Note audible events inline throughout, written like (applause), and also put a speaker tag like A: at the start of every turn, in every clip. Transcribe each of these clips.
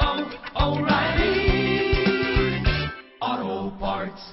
A: oh, O'Reilly. Auto Parts.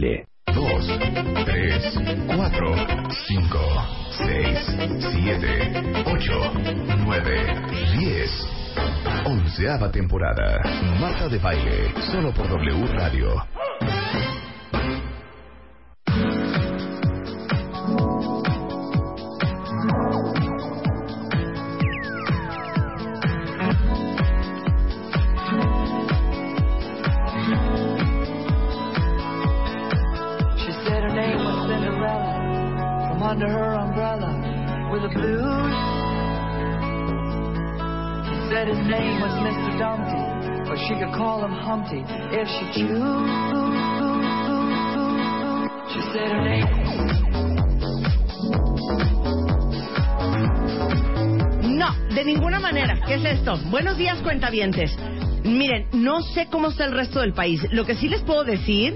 B: 2, 3, 4, 5, 6, 7, 8, 9, 10. Onceava temporada. Marta de baile. Solo por W Radio.
C: She said her name was Cinderella from under her umbrella with the blues. She said his name was Mr. Dumpty, but she could call him Humpty if she choose. She said her name.
D: No, de ninguna manera. ¿Qué es esto? Buenos días, cuentavientes. Miren, no sé cómo está el resto del país. Lo que sí les puedo decir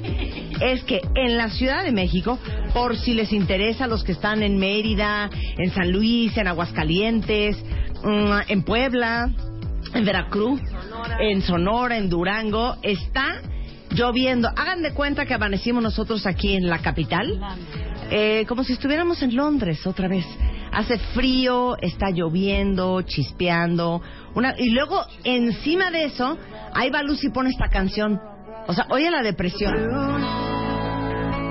D: es que en la Ciudad de México, por si les interesa a los que están en Mérida, en San Luis, en Aguascalientes, mm, en Puebla, en Veracruz, en Sonora, en Durango, está lloviendo. Hagan de cuenta que amanecimos nosotros aquí en la capital, eh, como si estuviéramos en Londres otra vez. Hace frío, está lloviendo, chispeando, una- y luego encima de eso, ahí va Luz y pone esta canción. O sea, oye la depresión.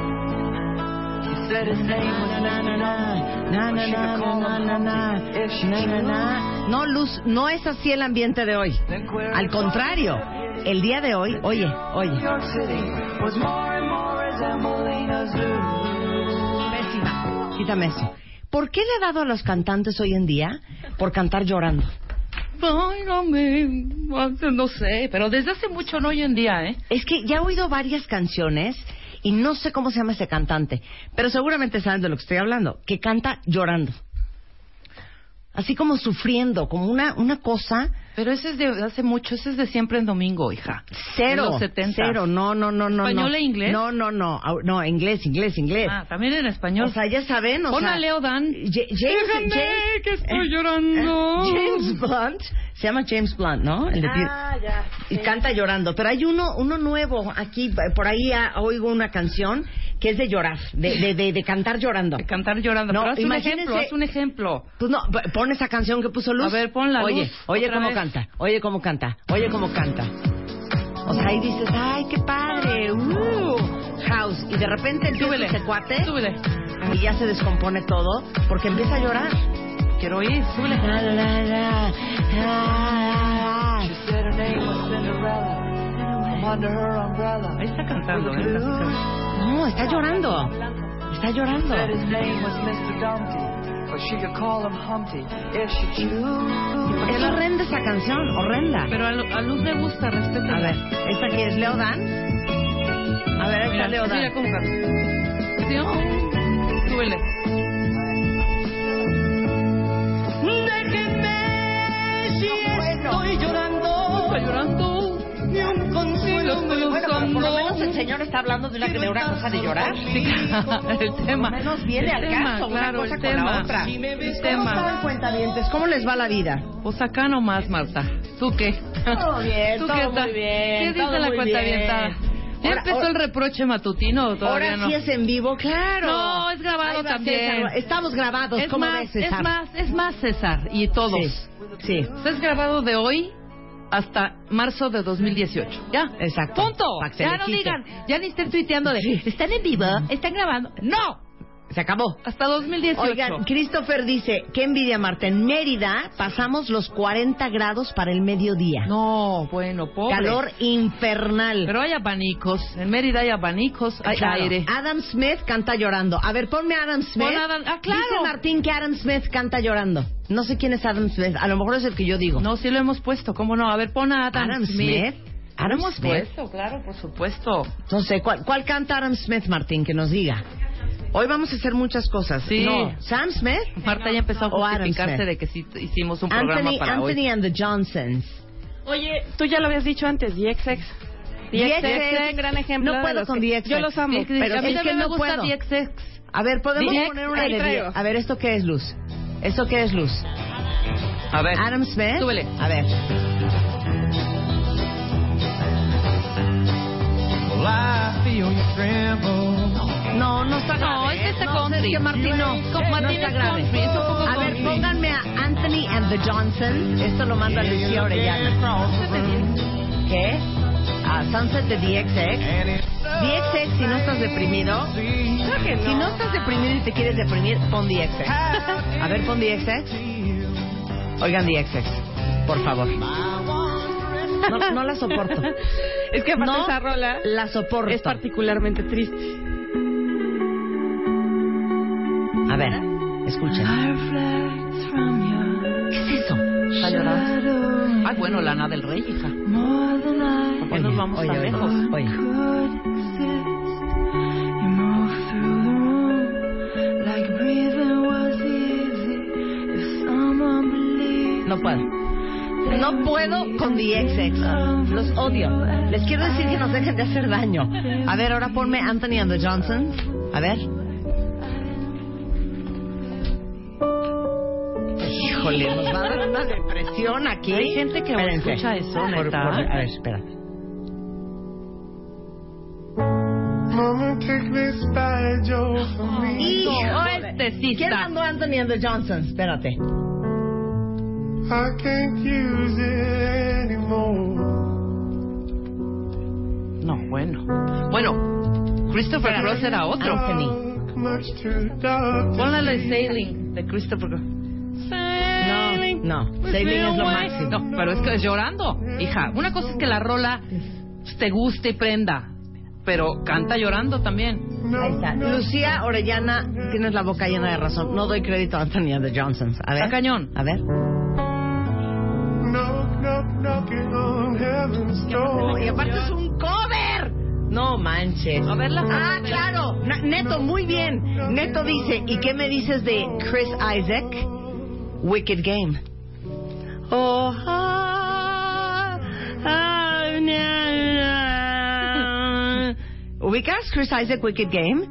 C: She said his name was na na na, but she could call him Humpty if she choose.
D: No, Luz, no es así el ambiente de hoy. Al contrario, el día de hoy, oye,
C: New
D: oye,
C: York City was more and more resembling a zoo.
D: pésima. Quítame eso. ¿Por qué le ha dado a los cantantes hoy en día por cantar llorando?
E: Válgame, no sé, pero desde hace mucho no hoy en día, ¿eh?
D: Es que ya he oído varias canciones y no sé cómo se llama ese cantante, pero seguramente saben de lo que estoy hablando, que canta llorando. Así como sufriendo, como una, una cosa
E: Pero ese es de hace mucho, ese es de siempre en domingo, hija.
D: cero.
E: En los 70.
D: Cero, no, no, no, no.
E: ¿Español
D: no.
E: e inglés?
D: No, no, no, au- no, inglés, inglés, inglés.
E: Ah, también en español.
D: O sea, ya saben, o
E: Pon
D: sea...
E: a Leo Dan.
D: Ye- James,
E: Déjame,
D: James-
E: que estoy
D: eh,
E: llorando.
D: (laughs) James Blunt, se llama James Blunt, ¿no? El de ah, ya. Y canta llorando, pero hay uno uno nuevo aquí, por ahí ah, oigo una canción que es de llorar, de, de, de, de cantar llorando.
E: De cantar llorando.
D: No,
E: pero haz
D: imagínense-
E: un ejemplo, haz un ejemplo.
D: Pues no, p- pon esa canción que puso Luz.
E: A ver, ponla,
D: Oye,
E: Luz,
D: oye
E: otra
D: cómo
E: vez.
D: canta, oye cómo canta, oye cómo canta. O sea, ahí dices, ay, qué padre, uh, house. Y de repente empieza
E: Súbele.
D: ese cuate
E: Súbele.
D: y ya se descompone todo porque empieza a llorar.
E: Quiero oír, súbele.
D: La, la, la, la,
C: She said her name was Cinderella from under her umbrella.
E: Ahí está cantando, ¿eh? Está cantando.
D: la. No, está llorando. Está llorando.
C: Said his name was Mr. Dumpty, but she could call him Humpty if she choose.
D: Es horrenda esa canción, horrenda.
E: Pero a, Lu- a Luz le gusta, respeta.
D: A ver, ¿esta que es Leodan? A ver, esta
E: mira,
D: es Leodan.
E: mira cómo canta. Sí, oh, Súbele.
D: Estoy llorando. Bueno, pero por lo
E: Está llorando. Lo estoy usando.
D: menos el señor está hablando de una, de una cosa de llorar.
E: Sí, el tema.
D: Por lo menos viene
E: el
D: al
E: tema,
D: caso, una
E: claro,
D: cosa
E: el
D: con
E: tema.
D: la otra.
E: El
D: ¿Cómo están,
E: tema.
D: cuentavientes? ¿Cómo les va la vida?
E: Pues acá nomás, Marta. ¿Tú qué?
D: Todo bien,
E: (laughs) ¿Tú
D: todo
E: qué
D: muy
E: tal?
D: bien,
E: ¿Qué
D: todo
E: dice la
D: muy
E: cuenta
D: bien.
E: avientada? ¿Ya
D: Ahora-
E: empezó
D: ahora-
E: el reproche matutino o todavía
D: Ahora
E: no?
D: sí es en vivo, claro.
E: No, es grabado
D: Ahí va
E: también.
D: César. Estamos grabados,
E: Es
D: ¿cómo
E: más,
D: ves, César?
E: es más, es más, César, y todos.
D: Sí, sí,
E: Esto es grabado de hoy hasta marzo de 2018. ¿Ya?
D: Exacto.
E: Punto.
D: Pa' que se
E: Ya
D: le
E: no
D: quite.
E: digan, ya ni estén tuiteando de, ¿están en vivo? ¿Están grabando? ¡No!
D: Se acabó.
E: Hasta 2018.
D: Oigan, Christopher dice, qué envidia Marta, en Mérida pasamos los 40 grados para el mediodía.
E: No, bueno, pobre.
D: Calor infernal.
E: Pero hay abanicos. En Mérida hay abanicos, hay
D: Claro.
E: aire.
D: Adam Smith canta llorando. A ver, ponme a Adam Smith.
E: Pon a Adam- ah, claro.
D: Dice Martín que Adam Smith canta llorando. No sé quién es Adam Smith. A lo mejor es el que yo digo.
E: No, sí lo hemos puesto, ¿cómo no? A ver, pon a Adam,
D: Adam Smith.
E: Lo
D: Adam
E: hemos
D: Smith.
E: puesto, claro, por supuesto.
D: No sé, ¿cuál, cuál canta Adam Smith, Martín? Que nos diga. Hoy vamos a hacer muchas cosas.
E: Sí.
D: No, Sam Smith.
E: Marta ya empezó a
D: O Adam
E: justificarse
D: Smith.
E: de que sí t- hicimos un programa
D: Anthony,
E: para hoy.
D: Anthony and the Johnsons.
F: Oye, tú ya lo habías dicho antes, DXX. DXX es un gran ejemplo.
D: No
F: de
D: puedo
F: los
D: con
F: que-
D: DXX.
F: Yo los amo.
E: Sí, sí,
D: Pero
E: a mí
D: es que
E: también
D: no
E: me gusta
D: puedo.
E: DXX.
D: A ver, podemos
F: Direct-
D: poner una
F: ahí
D: de
F: traigo.
D: A ver, ¿esto qué es, Luz? ¿Esto qué es, Luz?
E: A ver.
D: Adam Smith.
E: Súbele.
D: A ver.
A: Well, I feel you tremble.
D: No, no está grave.
E: No,
D: ¿eh?
E: este está
D: no,
E: country.
D: Es que Martín no.
E: Como
D: no
E: Martín
D: está
E: es
D: grave.
E: country, es un poco
D: a ver,
E: country.
D: pónganme a Anthony and the Johnson. Esto lo manda Lucía Orellana. ¿Qué? A Sunset de DXX. DXX, si no estás deprimido. Si no estás deprimido y te quieres deprimir, pon DXX. A ver, pon DXX. Oigan DXX, por favor. No, no la soporto.
F: Es que aparte
D: No,
F: esa rola
D: La soporto.
F: es particularmente triste.
D: A ver, escuchen. ¿Qué es eso?
E: Está llorando. Ay, bueno, Lana del Rey, hija.
D: Oye,
E: Pues nos vamos
D: Ah, oye,
E: tan
D: oye,
E: lejos.
D: oye. No puedo. No puedo con The XX. Los odio. Les quiero decir que nos dejen de hacer daño. A ver, ahora ponme Anthony and the Johnson. A ver. Híjole, nos va a dar una depresión aquí.
E: Hay gente que
D: Espérense.
E: escucha eso,
D: Por-
E: neta.
D: por- a ver, espera.
A: Mama, take this bad joke from me.
E: Hijo,
D: Híjole.
E: este sí
D: ¿Quién
E: está.
D: mandó Anthony and the Johnson? Espérate.
A: I can't use it anymore.
E: No, bueno. Bueno, Christopher Cross era otro.
D: Ah,
A: Look much too dark.
E: Ponla la de Sailing de Christopher Cross. Sailing.
D: No, no. Sailing es lo máximo.
E: No, pero es que es llorando. Hija, una cosa es que la rola te guste y prenda, pero canta llorando también.
D: Ahí está. Lucía Orellana, tienes la boca llena de razón. No doy crédito a Anthony and the Johnsons. A ver.
E: Está cañón.
D: A ver.
A: Knock, knock, knocking on heaven's door.
D: y aparte es un cover. No manches.
E: A ver la
D: Ah, claro. Na- Neto, muy bien. Neto dice, ¿y qué me dices de Chris Isaac? Wicked Game. Oh, ah, ah, na, na. ¿Ubicas Chris Isaac Wicked Game?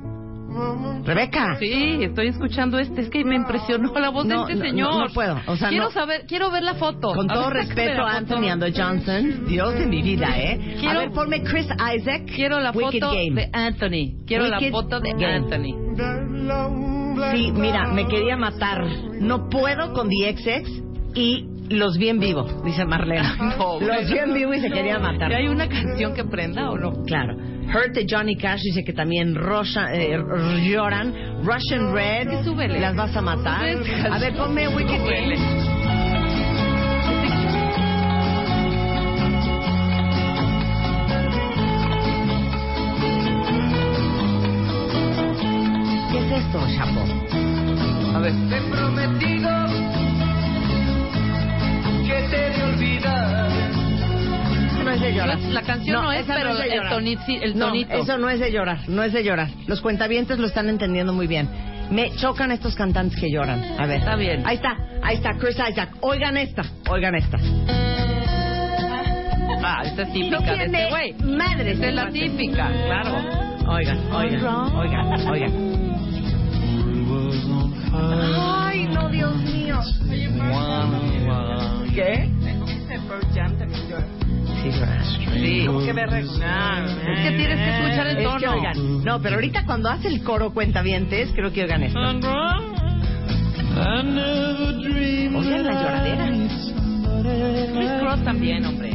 D: Rebeca.
E: Sí, estoy escuchando este, es que me impresionó la voz
D: No,
E: de
D: no,
E: este señor.
D: no, no puedo, o sea,
E: quiero
D: no.
E: saber, quiero ver la foto.
D: Con
E: A
D: todo
E: ver, sácame
D: respeto,
E: la foto.
D: Anthony Ando Johnson, Dios de mi vida, ¿eh? A
E: Quiero-
D: ver, ponme Chris Isaac.
E: Quiero la
D: Wicked
E: foto
D: Game.
E: de Anthony. Quiero la
D: Wicked
E: foto de
D: Game.
E: Anthony.
D: Sí, mira, me quería matar. No puedo con The XX y los vi en vivo, dice Marlena. (laughs)
E: No,
D: los vi en vivo y se quería matar.
E: ¿Y hay una canción que prenda o no?
D: Claro. Hurt de Johnny Cash dice que también Rosha- eh, r- lloran. Russian Red.
E: Sí, súbele.
D: Las vas a matar.
E: Súbele.
D: A ver, ponme Wicked Game. ¿Qué es esto, Chapo?
E: A ver.
A: Te he prometido que te de olvidar.
D: No es de llorar.
E: La, la canción no, es,
D: esa
E: pero
D: de
E: el,
D: llorar.
E: toni- el
D: No,
E: tonito.
D: eso no es de llorar, no es de llorar. Los cuentavientes lo están entendiendo muy bien. Me chocan estos cantantes que lloran. A ver.
E: Está bien.
D: Ahí está, ahí está, Chris Isaac. Oigan esta, oigan esta.
E: Ah, esta es típica
D: no
E: de
D: tiene
E: este güey.
D: madre.
E: Esta es la típica, claro.
D: Oigan, oigan, oigan, oigan. Ay, no, Dios mío. ¿Qué? Sí, llorar.
E: Sí. Es que tienes que escuchar el
D: Es
E: tono.
D: que oigan, no, pero ahorita cuando hace el coro cuentavientes, creo que oigan esto. Oigan la lloradera.
E: Chris Cross también, hombre.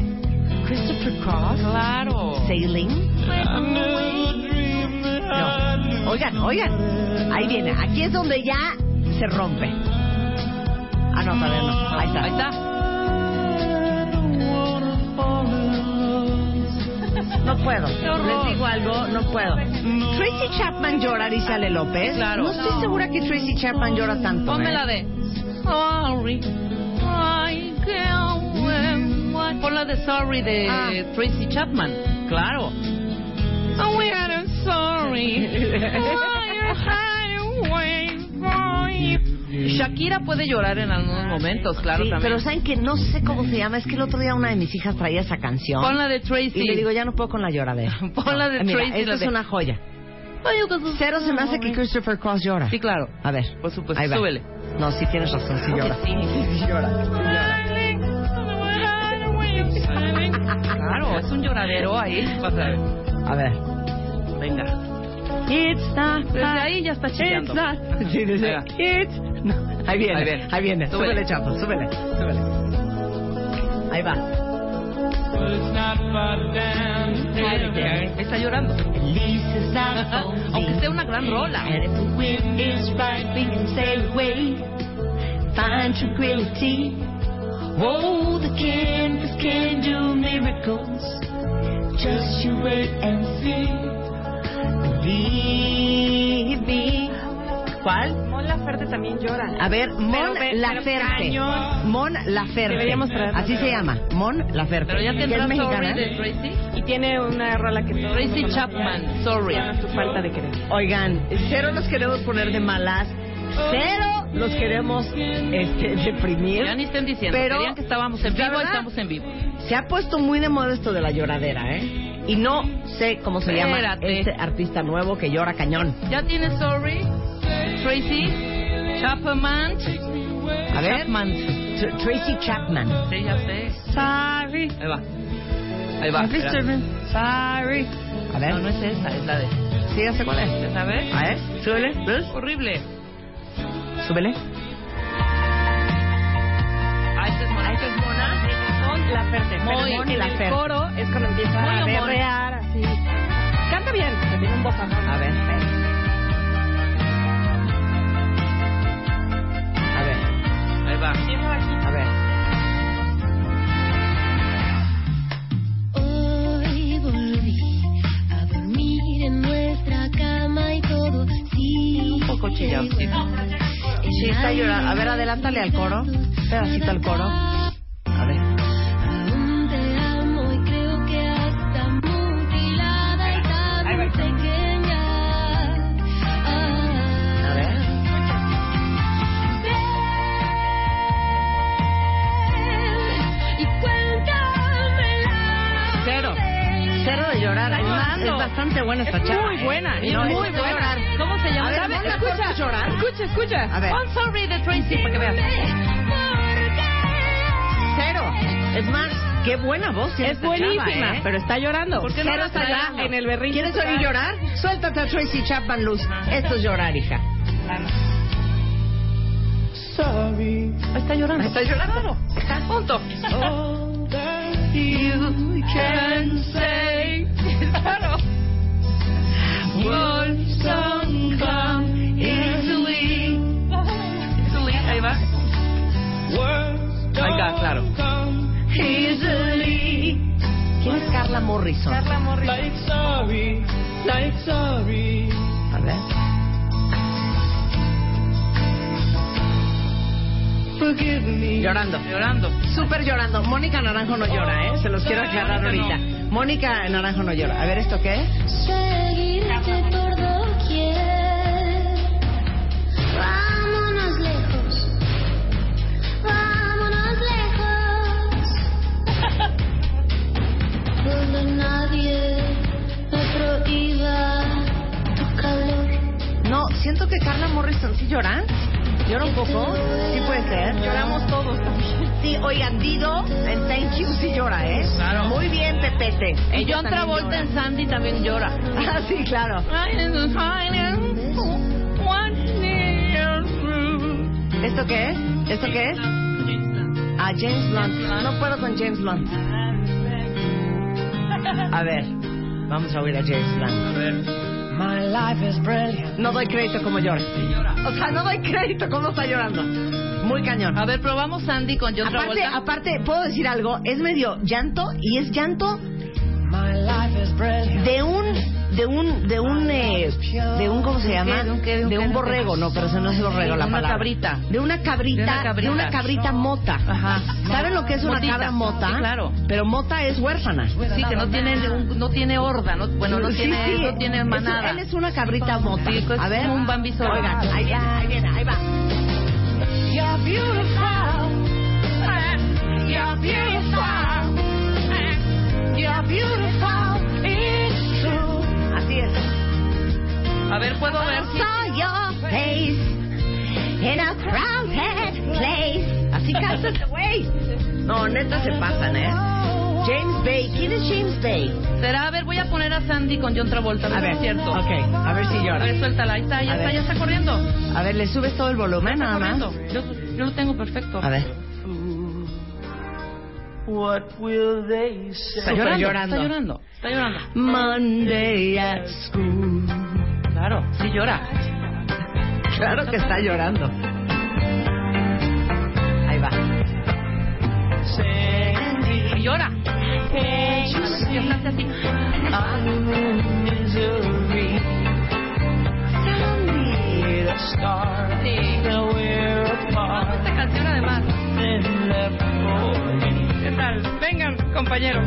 D: Christopher Cross,
E: Claro.
D: Sailing. No. Oigan, oigan. Ahí viene. Aquí es donde ya se rompe. Ah, no, todavía no. Ahí está.
E: Ahí está.
D: No puedo.
E: Qué horror.
D: Les digo algo, no puedo. Tracy Chapman llora, dice Ale López.
E: Claro.
D: No estoy
E: No.
D: segura que Tracy Chapman llora tanto.
E: Ponme
D: ¿eh?
E: la de. Sorry. I can't win my- Pon la de Sorry de
D: Ah.
E: Tracy Chapman. Claro. Oh, we are sorry. I can't wait for you. Shakira puede llorar en algunos momentos, claro
D: Ah, Sí,
E: también.
D: pero saben que no sé cómo se llama. Es que el otro día una de mis hijas traía esa canción.
E: Pon la de Tracy.
D: y le digo, ya no puedo con la
E: (laughs)
D: lloradera.
E: Pon la de
D: Eh, Mira,
E: Tracy,
D: Esta
E: la
D: es
E: de-
D: una joya.
E: Ay, yo que-
D: Cero se me hace que Christopher Cross llora.
E: Sí, claro.
D: A ver.
E: Por supuesto,
D: ahí va.
E: súbele.
D: No, sí tienes razón, sí llora.
E: Sí. Claro, es un lloradero ahí. vas a ver.
D: A ver.
E: Venga.
F: It's not
E: Desde ahí ya está
F: It's
E: chillando. (laughs)
F: not
D: Sí, sí, sí.
E: Ahí va.
D: It's- no, Ahí viene, ahí
E: Ahí
D: viene.
E: viene.
D: Súbele,
E: Súbele.
D: chapo, súbele, súbele. Ahí va.
E: Está llorando. Ah, Oh, Aunque sea una gran rola.
A: Oh,
E: ¿Cuál?
F: Mon Laferte también llora.
D: A ver, Mon
F: ve-
D: Laferte.
F: pero cañón.
D: Mon Laferte.
F: Deberíamos traer-
D: Así se llama, Mon Laferte.
E: Pero ya
D: Que
E: tendrá
D: es mexicana. ¿eh?
E: Sorry de Tracy.
F: Y tiene una rola que todo el
E: Tracy
F: mundo
E: Chapman, Sorry.
F: conoce, Su falta de querer.
D: Oigan, cero los queremos poner de malas, cero los queremos este, deprimir.
E: Ya ni estén diciendo.
D: Pero-
E: Querían que estábamos en
D: La
E: vivo,
D: verdad-
E: estamos en vivo.
D: Se ha puesto muy de moda esto de la lloradera, ¿eh? Y no sé cómo se llama
E: Espérate.
D: este artista nuevo que llora cañón.
E: Ya tiene Sorry, Tracy, Chapman.
D: A ver.
E: Chapman.
D: Tr- Tracy Chapman.
E: Sí, ya sé.
F: Sorry.
E: Ahí va. Ahí va. espérate.
F: Sorry.
D: A ver,
E: No, no es esa, es la de.
D: sí, ya sé cuál es.
E: ¿Ya sabes?
D: A ver, súbele, ¿ves?
E: Horrible.
D: súbele.
E: Ah, esta es buena.
F: Esta es Mona. Mon Laferte.
E: Muy.
F: Pero Mon y
E: El
F: Laferte.
E: coro
F: es cuando empieza
E: Muy
F: a
E: homónimo.
F: berrear así. Canta bien. pero Tiene un bozarrón.
D: A ver. A ver,
E: Ahí va.
D: a ver.
G: Hoy volví a dormir en nuestra cama y todo sí.
D: Un poco chillado. Sí, está llorando. A ver, adelántale al coro. Un pedacito al coro. A ver.
G: Aún te amo y creo que hasta mutilada y tan pequeña. Ah,
D: A ver.
G: ven y cuéntamela.
E: Cero.
D: Cero de llorar.
E: Está
D: Es más,
E: llorando.
D: Es bastante buena esta
E: Es
D: chava.
E: muy
D: ¿eh?
E: buena, es
D: No,
E: muy
D: esta
E: buena.
D: llorar.
E: ¿Cómo se llama?
D: A ver,
E: ¿Sabes?
D: ¿no la
E: Escucha.
D: puedes llorar?
E: Escucha, escucha.
D: A ver.
E: I'm sorry de Tracy, para que veas.
D: Cero. Es más, qué buena voz tiene
F: Es
D: esta chava,
F: buenísima,
D: ¿eh?
F: pero está llorando.
E: ¿Por qué no
F: Cero
E: la
F: está
E: traemos?
F: en el berrinche. Ah.
D: ¿Quieres oír llorar? Suéltate a Tracy Chapman Luz. Esto es llorar, hija.
A: Sorry.
E: Está llorando. Está llorando. Está punto. You can say. Claro. Will some come easily. Easily, ahí va. Ahí va, claro. Easily.
D: ¿Quién es Carla Morrison?
F: Carla Morrison.
A: Like sorry, like sorry.
D: A ver.
A: Forgive me.
D: Llorando.
E: Llorando.
D: Súper llorando. Mónica Naranjo no llora, ¿eh? Se los quiero aclarar
E: Mónica
D: ahorita. Mónica Naranjo no llora. A ver, ¿esto
E: Eh,
D: qué es?
G: Seguirte por doquier. Vámonos lejos. Vámonos lejos. Donde nadie me prohíba tu calor.
D: No, siento que Carla Morrison sí llora. ¿Llora un poco? Sí puede ser. Lloramos todos también. Sí, oigan, Dido en Thank You sí llora, ¿eh?
E: Claro.
D: Muy bien, Pepete.
E: Y
D: Ella
E: John
D: también
E: Travolta en Sandy también llora.
D: llora. (laughs) Ah, sí, claro. ¿Esto qué es? ¿Esto qué es? Ah, James Blunt. No puedo con James Blunt. A ver, vamos a oír a James Blunt.
E: A ver.
A: My
C: life is brilliant.
D: No doy crédito como llora. O sea, no doy crédito cómo está llorando. Muy cañón.
E: A ver, probamos Sandy con John
D: Aparte,
E: Travolta.
D: aparte, puedo decir algo, es medio llanto y es llanto
C: My life is brilliant.
D: de un, de un, de un, eh, de un, ¿cómo se llama?
E: ¿De un qué? ¿De un qué? ¿De un qué?
D: borrego, no, pero eso no es borrego
E: De
D: la
E: una
D: palabra.
E: cabrita.
D: De una cabrita,
E: De una cabrita.
D: de una cabrita mota.
E: Ajá.
D: ¿Saben lo que es una
E: Motita.
D: cabra mota?
E: Sí, claro.
D: Pero mota es huérfana.
E: Sí, que no tiene, un- no tiene horda, no, bueno, no
D: Sí,
E: tiene,
D: sí.
E: no tiene
D: Es un-
E: manada.
D: él es una cabrita mota.
E: Sí, es
D: A ver.
E: como un Bambi solo.
D: Oigan, ahí viene, ahí viene, ahí va.
C: You're beautiful. You're beautiful. You're beautiful. It's true.
D: Así es.
E: A ver, puedo ver si...
D: saw your face in a crowded place. Así cántate, güey. No, neta se pasan, ¿eh? James Bay. ¿Quién es James Bay?
E: Será, a ver, voy a poner a Sandy con John Travolta, a ver, si es cierto.
D: Ok, a ver si
E: A
D: llora.
E: ver, suéltala, ahí está, ya
D: A
E: está,
D: ver.
E: ya está corriendo.
D: A ver, le subes todo el volumen nada más.
E: Corriendo. Yo, yo lo tengo perfecto.
D: A ver.
C: What will they
D: Está
C: say?
D: llorando.
E: Está llorando, está llorando.
D: Monday at school.
E: Claro, sí llora.
D: Claro que está llorando. Ahí va.
E: Sí llora. Ya está así. Sí. Vamos a esta canción además. ¿Qué tal? Vengan, compañeros.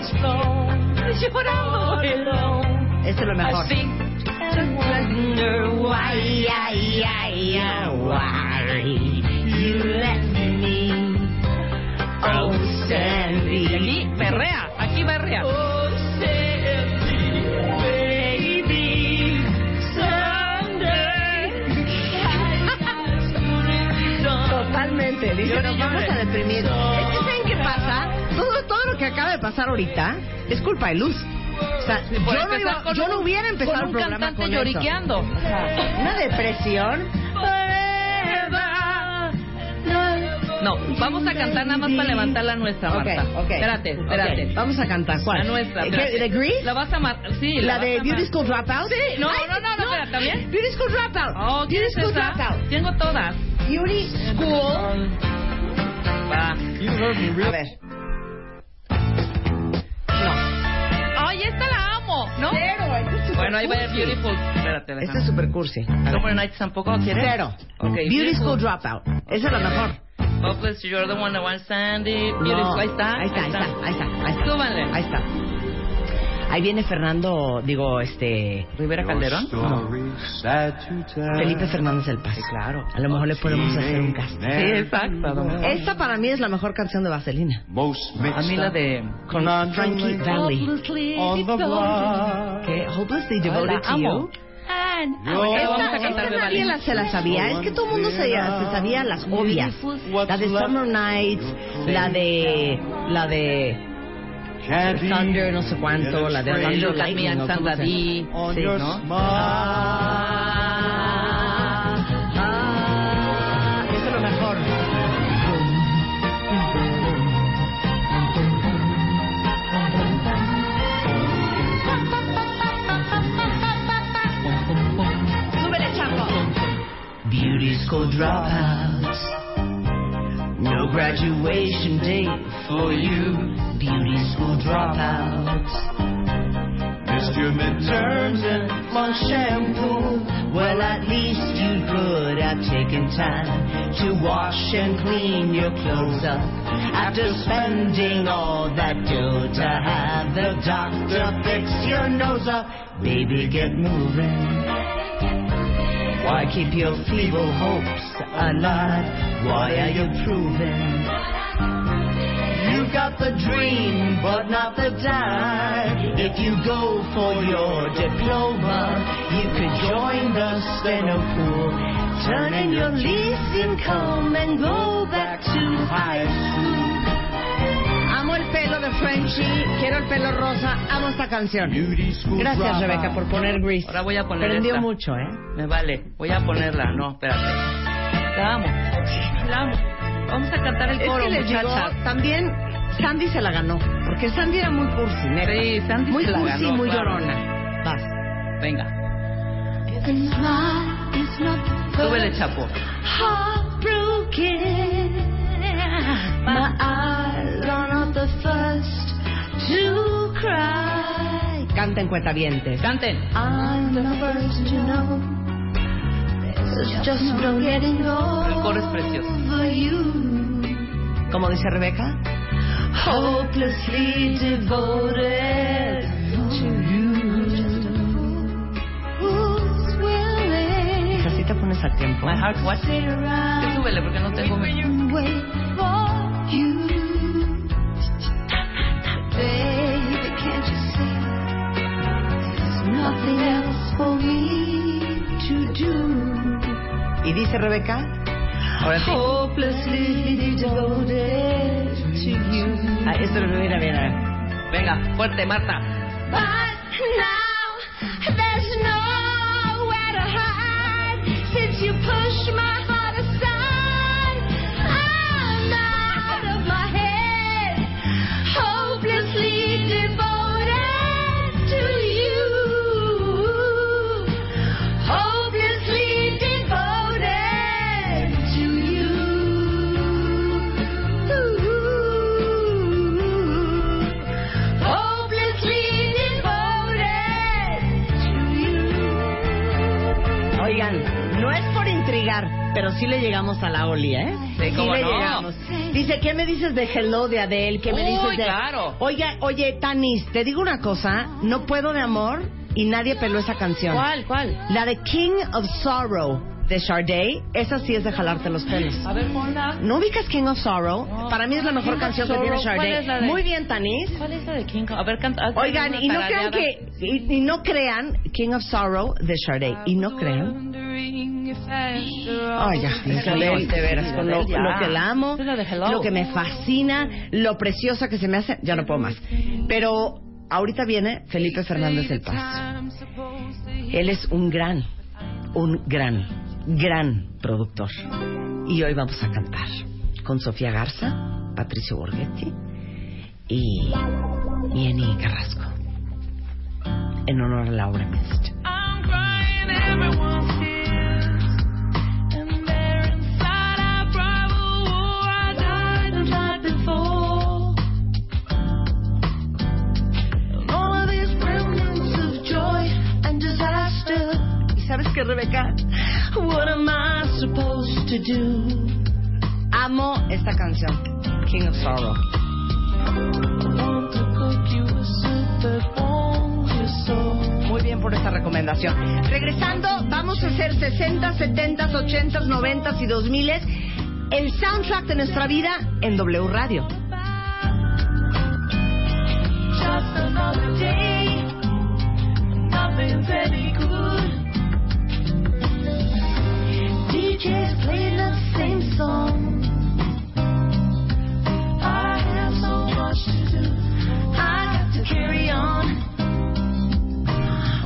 E: Estoy llorando.
D: Este es lo mejor.
E: Así.
D: Why, ay, ay, ay, why you left me? Oh, Sandy.
E: Y aquí berrea, aquí berrea.
D: Oh, Totalmente. Dice,
E: Llore,
D: nos vamos
E: llore.
D: a deprimir. Es que, ¿saben qué pasa? Todo, todo lo que acaba de pasar ahorita es culpa de Luz. O sea, yo
E: Por
D: no,
E: empezar
D: iba-
E: con
D: yo no
E: un-
D: hubiera empezado
E: con
D: el
E: un
D: programa
E: cantante
D: con eso.
E: lloriqueando.
D: Una depresión.
E: No, vamos a cantar nada más para levantar la nuestra, Marta.
D: Ok, ok.
E: Espérate, espérate.
D: Ok, Vamos a cantar. ¿Cuál?
E: La nuestra.
D: eh, ¿Qué,
E: espérate.
D: ¿De Grease?
E: La vas a matar. Sí,
D: ¿La
E: vas
D: de
E: a
D: Beauty
E: amar.
D: School Dropout?
E: Sí, no, no, no, no, espera, ¿también?
D: Beauty School Dropout.
E: Oh,
D: Beauty
E: ¿quieres
D: School
E: esa?
D: Dropout.
E: Tengo todas.
D: Beauty School.
E: Va.
D: A ver. No.
E: Ay, esta la amo, ¿no? Bueno, ahí va el Beautiful. Espérate,
D: Este es
E: déjame.
D: super cursi.
E: Summer Nights tampoco quieres.
D: Cero.
E: Ok,
D: Beauty School Dropout. Esa es la mejor.
E: Hopeless, you're the one that wants Sandy.
D: No.
E: Beautiful, ahí está.
D: Ahí está, ahí está, ahí está. Ahí está.
E: Súbanle.
D: Ahí está. Ahí viene Fernando, digo, este.
E: Rivera Calderón.
D: Felipe Fernández del Paz. claro. A lo mejor le podemos hacer un casting.
E: Sí, exacto. a lo mejor.
D: Esta para mí es la mejor canción de Vaselina.
E: A mí la de...
D: Con Frankie Valley. Que Hopelessly Devoted
E: la
D: to
E: amo.
D: You.
E: Ahora
D: Esta,
E: vamos a cantar
D: esta
E: de
D: nadie
E: Valley.
D: la se la sabía. Es que todo el mundo se, se sabía las obvias. La de Summer Nights, la de... La de... Thunder, no sé cuánto, la de
E: Y
D: Orlando
E: Look at me,
D: Lightning,
E: I'm
D: ¿no? ¿Cómo
E: Sandra
D: se
E: Dee.
D: llama? Sí, ¿no? Eso es lo mejor. Súbele, Chapo. Beauty school dropouts. No graduation day for you. Beauty school dropouts. Missed your midterms and long shampoo. Well, at least you could have taken time to wash and clean your clothes up. After spending all that dough to have the doctor fix your nose up. Baby, get moving. Why keep your feeble hopes alive? Why are you proving? You've got the dream, but not the time. If you go for your diploma, you could join the steno pool. Turn in your lease income and go back to high school. Amo el pelo de Frenchy, quiero el pelo rosa, amo esta canción. Gracias, Rebeca, por poner Grease.
E: Ahora voy a poner
D: Prendió
E: esta.
D: mucho, ¿eh?
E: Me vale. Voy a ponerla. No, espérate. La amo. La amo. Vamos a cantar el
D: Es
E: coro,
D: que les digo,
E: muchachas.
D: también Sandy se la ganó, porque Sandy era muy cursi, neta.
E: Sí, Sandy
D: muy
E: se la
D: cursi y
E: ganó,
D: muy
E: claro.
D: llorona. Vas.
C: Venga,
E: And mine is not the
C: súbele,
E: first
C: chapo.
E: heartbroken. My eyes are not the first to cry.
D: Canten cuentavientes.
C: Canten.
E: I'm the first to know. There's just no getting
C: El coro es precioso.
E: over you.
D: Como dice Rebeca.
E: hopelessly devoted to you. Who's willing
D: Así te pones a tiempo.
C: My heart
E: to
C: watching.
E: sit around
C: Súbele porque no tengo mi...
E: and wait for you? Baby, can't you see there's nothing else for me to do?
D: Y dice Rebeca.
C: Ahora sí.
E: Hopelessly devoted to you.
D: Ah, esto lo mira bien. ah.
C: Venga, fuerte, Marta.
E: But now there's nowhere to hide since you pushed my heart aside. I'm out of my head, hopelessly devoted to you. Hopelessly devoted to you. Hopelessly devoted to you.
D: Oigan, no es por intrigar, pero sí le llegamos a la Oli, ¿eh?
C: Sí, cómo
D: le
C: no.
D: llegamos. Dice, ¿qué me dices de Hello de Adele? ¿Qué me
C: Uy,
D: dices de.?
C: claro.
D: Oiga, oye, Tanis, te digo una cosa. No puedo de amor y nadie peló esa canción.
C: ¿Cuál, cuál?
D: La de King of Sorrow de Sade, esa sí es de jalarte los pelos.
C: A ver, ponla.
D: ¿No ubicas King of Sorrow?
C: No.
D: Para mí es la mejor
C: King of
D: canción que tiene
C: Sorrow, ¿cuál
D: Sade.
C: es la de-
D: Muy bien, Tanis.
C: ¿Cuál es la de King Kong? A ver, canta. hazme
D: Oigan,
C: una
D: y no crean
C: tarareada.
D: que y, y no crean King of Sorrow de Sade
C: Ah,
D: y no crean. Ay, ya,
C: Es la
D: Isabel,
C: de-
D: de veras, con lo,
C: Isabel, ya.
D: lo que la amo,
C: Es la de Hello.
D: lo que me fascina, lo preciosa que se me hace, ya no puedo más. Pero ahorita viene Felipe Fernández del Paz. Él es un gran, un gran, gran productor. Y hoy vamos a cantar con Sofía Garza, Patricio Borghetti y Jenny Carrasco. En honor a Laura Mist. ¿Y sabes qué, Rebeca? What am I supposed to do? Amo esta canción, King of Sorrow. Muy bien por esta recomendación. Regresando, vamos a hacer 60, 70, 80, 90 y 2000 el soundtrack de nuestra vida en W Radio.
E: Just another day, nothing very good. DJs play the same song. I have so much to do. I have to carry on.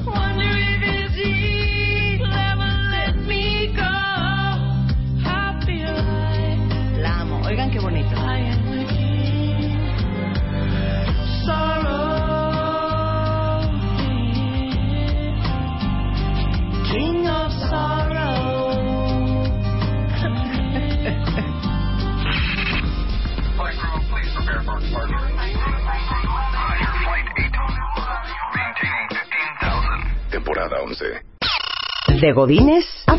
E: Wonder if it's he'll ever let me go. I feel like
D: La amo. Oigan qué bonito.
E: I am the king.
D: King of Sorrow.
B: Temporada 11.
D: De Godines a